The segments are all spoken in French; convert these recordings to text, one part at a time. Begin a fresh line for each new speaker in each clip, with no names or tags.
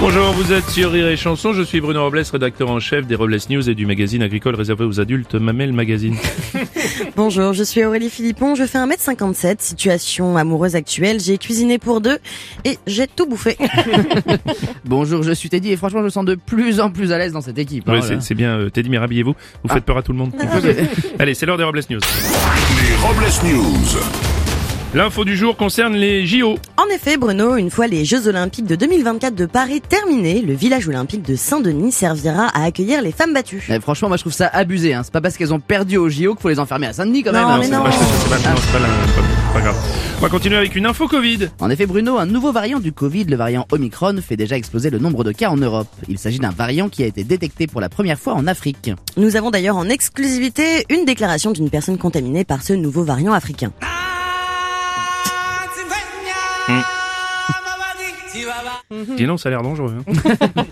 Bonjour, vous êtes sur Rire et Chanson, je suis Bruno Robles, rédacteur en chef des Robles News et du magazine agricole réservé aux adultes Mamel Magazine.
Bonjour, je suis Aurélie Philippon, je fais 1m57, situation amoureuse actuelle, j'ai cuisiné pour deux et j'ai tout bouffé.
Bonjour, je suis Teddy et franchement, je me sens de plus en plus à l'aise dans cette équipe. hein,
Ouais,
là.
c'est- c'est bien, euh, Teddy, mais rhabillez-vous, vous faites peur à tout le monde. Allez, c'est l'heure des Robles News.
Les Robles News.
L'info du jour concerne les JO.
En effet, Bruno, une fois les Jeux Olympiques de 2024 de Paris terminés, le village olympique de Saint-Denis servira à accueillir les femmes battues.
Eh, franchement, moi, je trouve ça abusé. Hein. C'est pas parce qu'elles ont perdu au JO qu'il faut les enfermer à Saint-Denis quand
Non,
même. hein.
mais
c'est
non.
pas, Ah, c'est pas- non, c'est pas la- pas- pas grave. On va continuer avec une info Covid.
En effet, Bruno, un nouveau variant du Covid, le variant Omicron, fait déjà exploser le nombre de cas en Europe. Il s'agit d'un variant qui a été détecté pour la première fois en Afrique.
Nous avons d'ailleurs en exclusivité une déclaration d'une personne contaminée par ce nouveau variant africain. Mmh.
Dis non, ça a l'air dangereux. hein.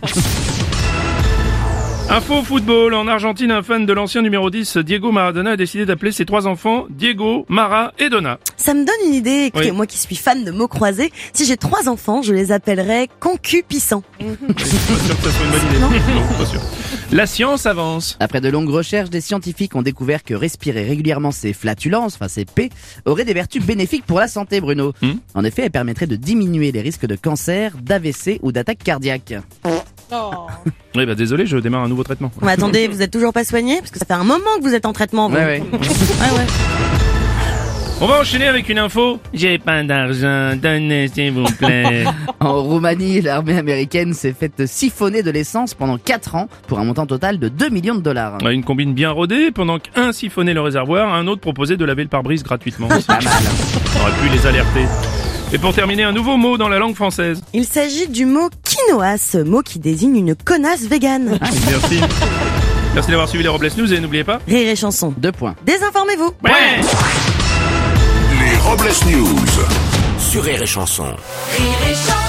Info football. En Argentine, un fan de l'ancien numéro 10, Diego Maradona, a décidé d'appeler ses trois enfants Diego, Mara et Donna.
Ça me donne une idée, écoutez,
Oui.
moi qui suis fan de mots croisés, si j'ai trois enfants, je les appellerai concupissants.
Pas sûr que ça soit une bonne idée. Non, pas sûr. La science avance.
Après de longues recherches, des scientifiques ont découvert que respirer régulièrement ces flatulences, enfin ces P, aurait des vertus bénéfiques pour la santé, Bruno.
Hmm.
En effet, elle permettrait de diminuer les risques de cancer, d'AVC ou d'attaque cardiaque.
Eh ben, désolé, je démarre un nouveau traitement.
Mais attendez, vous êtes toujours pas soigné Parce que ça fait un moment que vous êtes en traitement. vous. Ah
On va enchaîner avec une info. J'ai pas d'argent, donnez s'il vous plaît.
En Roumanie, l'armée américaine s'est faite siphonner de l'essence pendant 4 ans pour un montant total de 2 millions de dollars.
On a une combine bien rodée, pendant qu'un siphonnait le réservoir, un autre proposait de laver le pare-brise gratuitement.
Pas mal.
On aurait pu les alerter. Et pour terminer, un nouveau mot dans la langue française.
Il s'agit du mot quinoa, ce mot qui désigne une connasse végane.
Merci. Merci d'avoir suivi les Robles News et n'oubliez pas.
Rire et chanson.
Deux points.
Désinformez-vous
Ouais
Les Robles News.
Sur Rire et Chanson.
Rire et chanson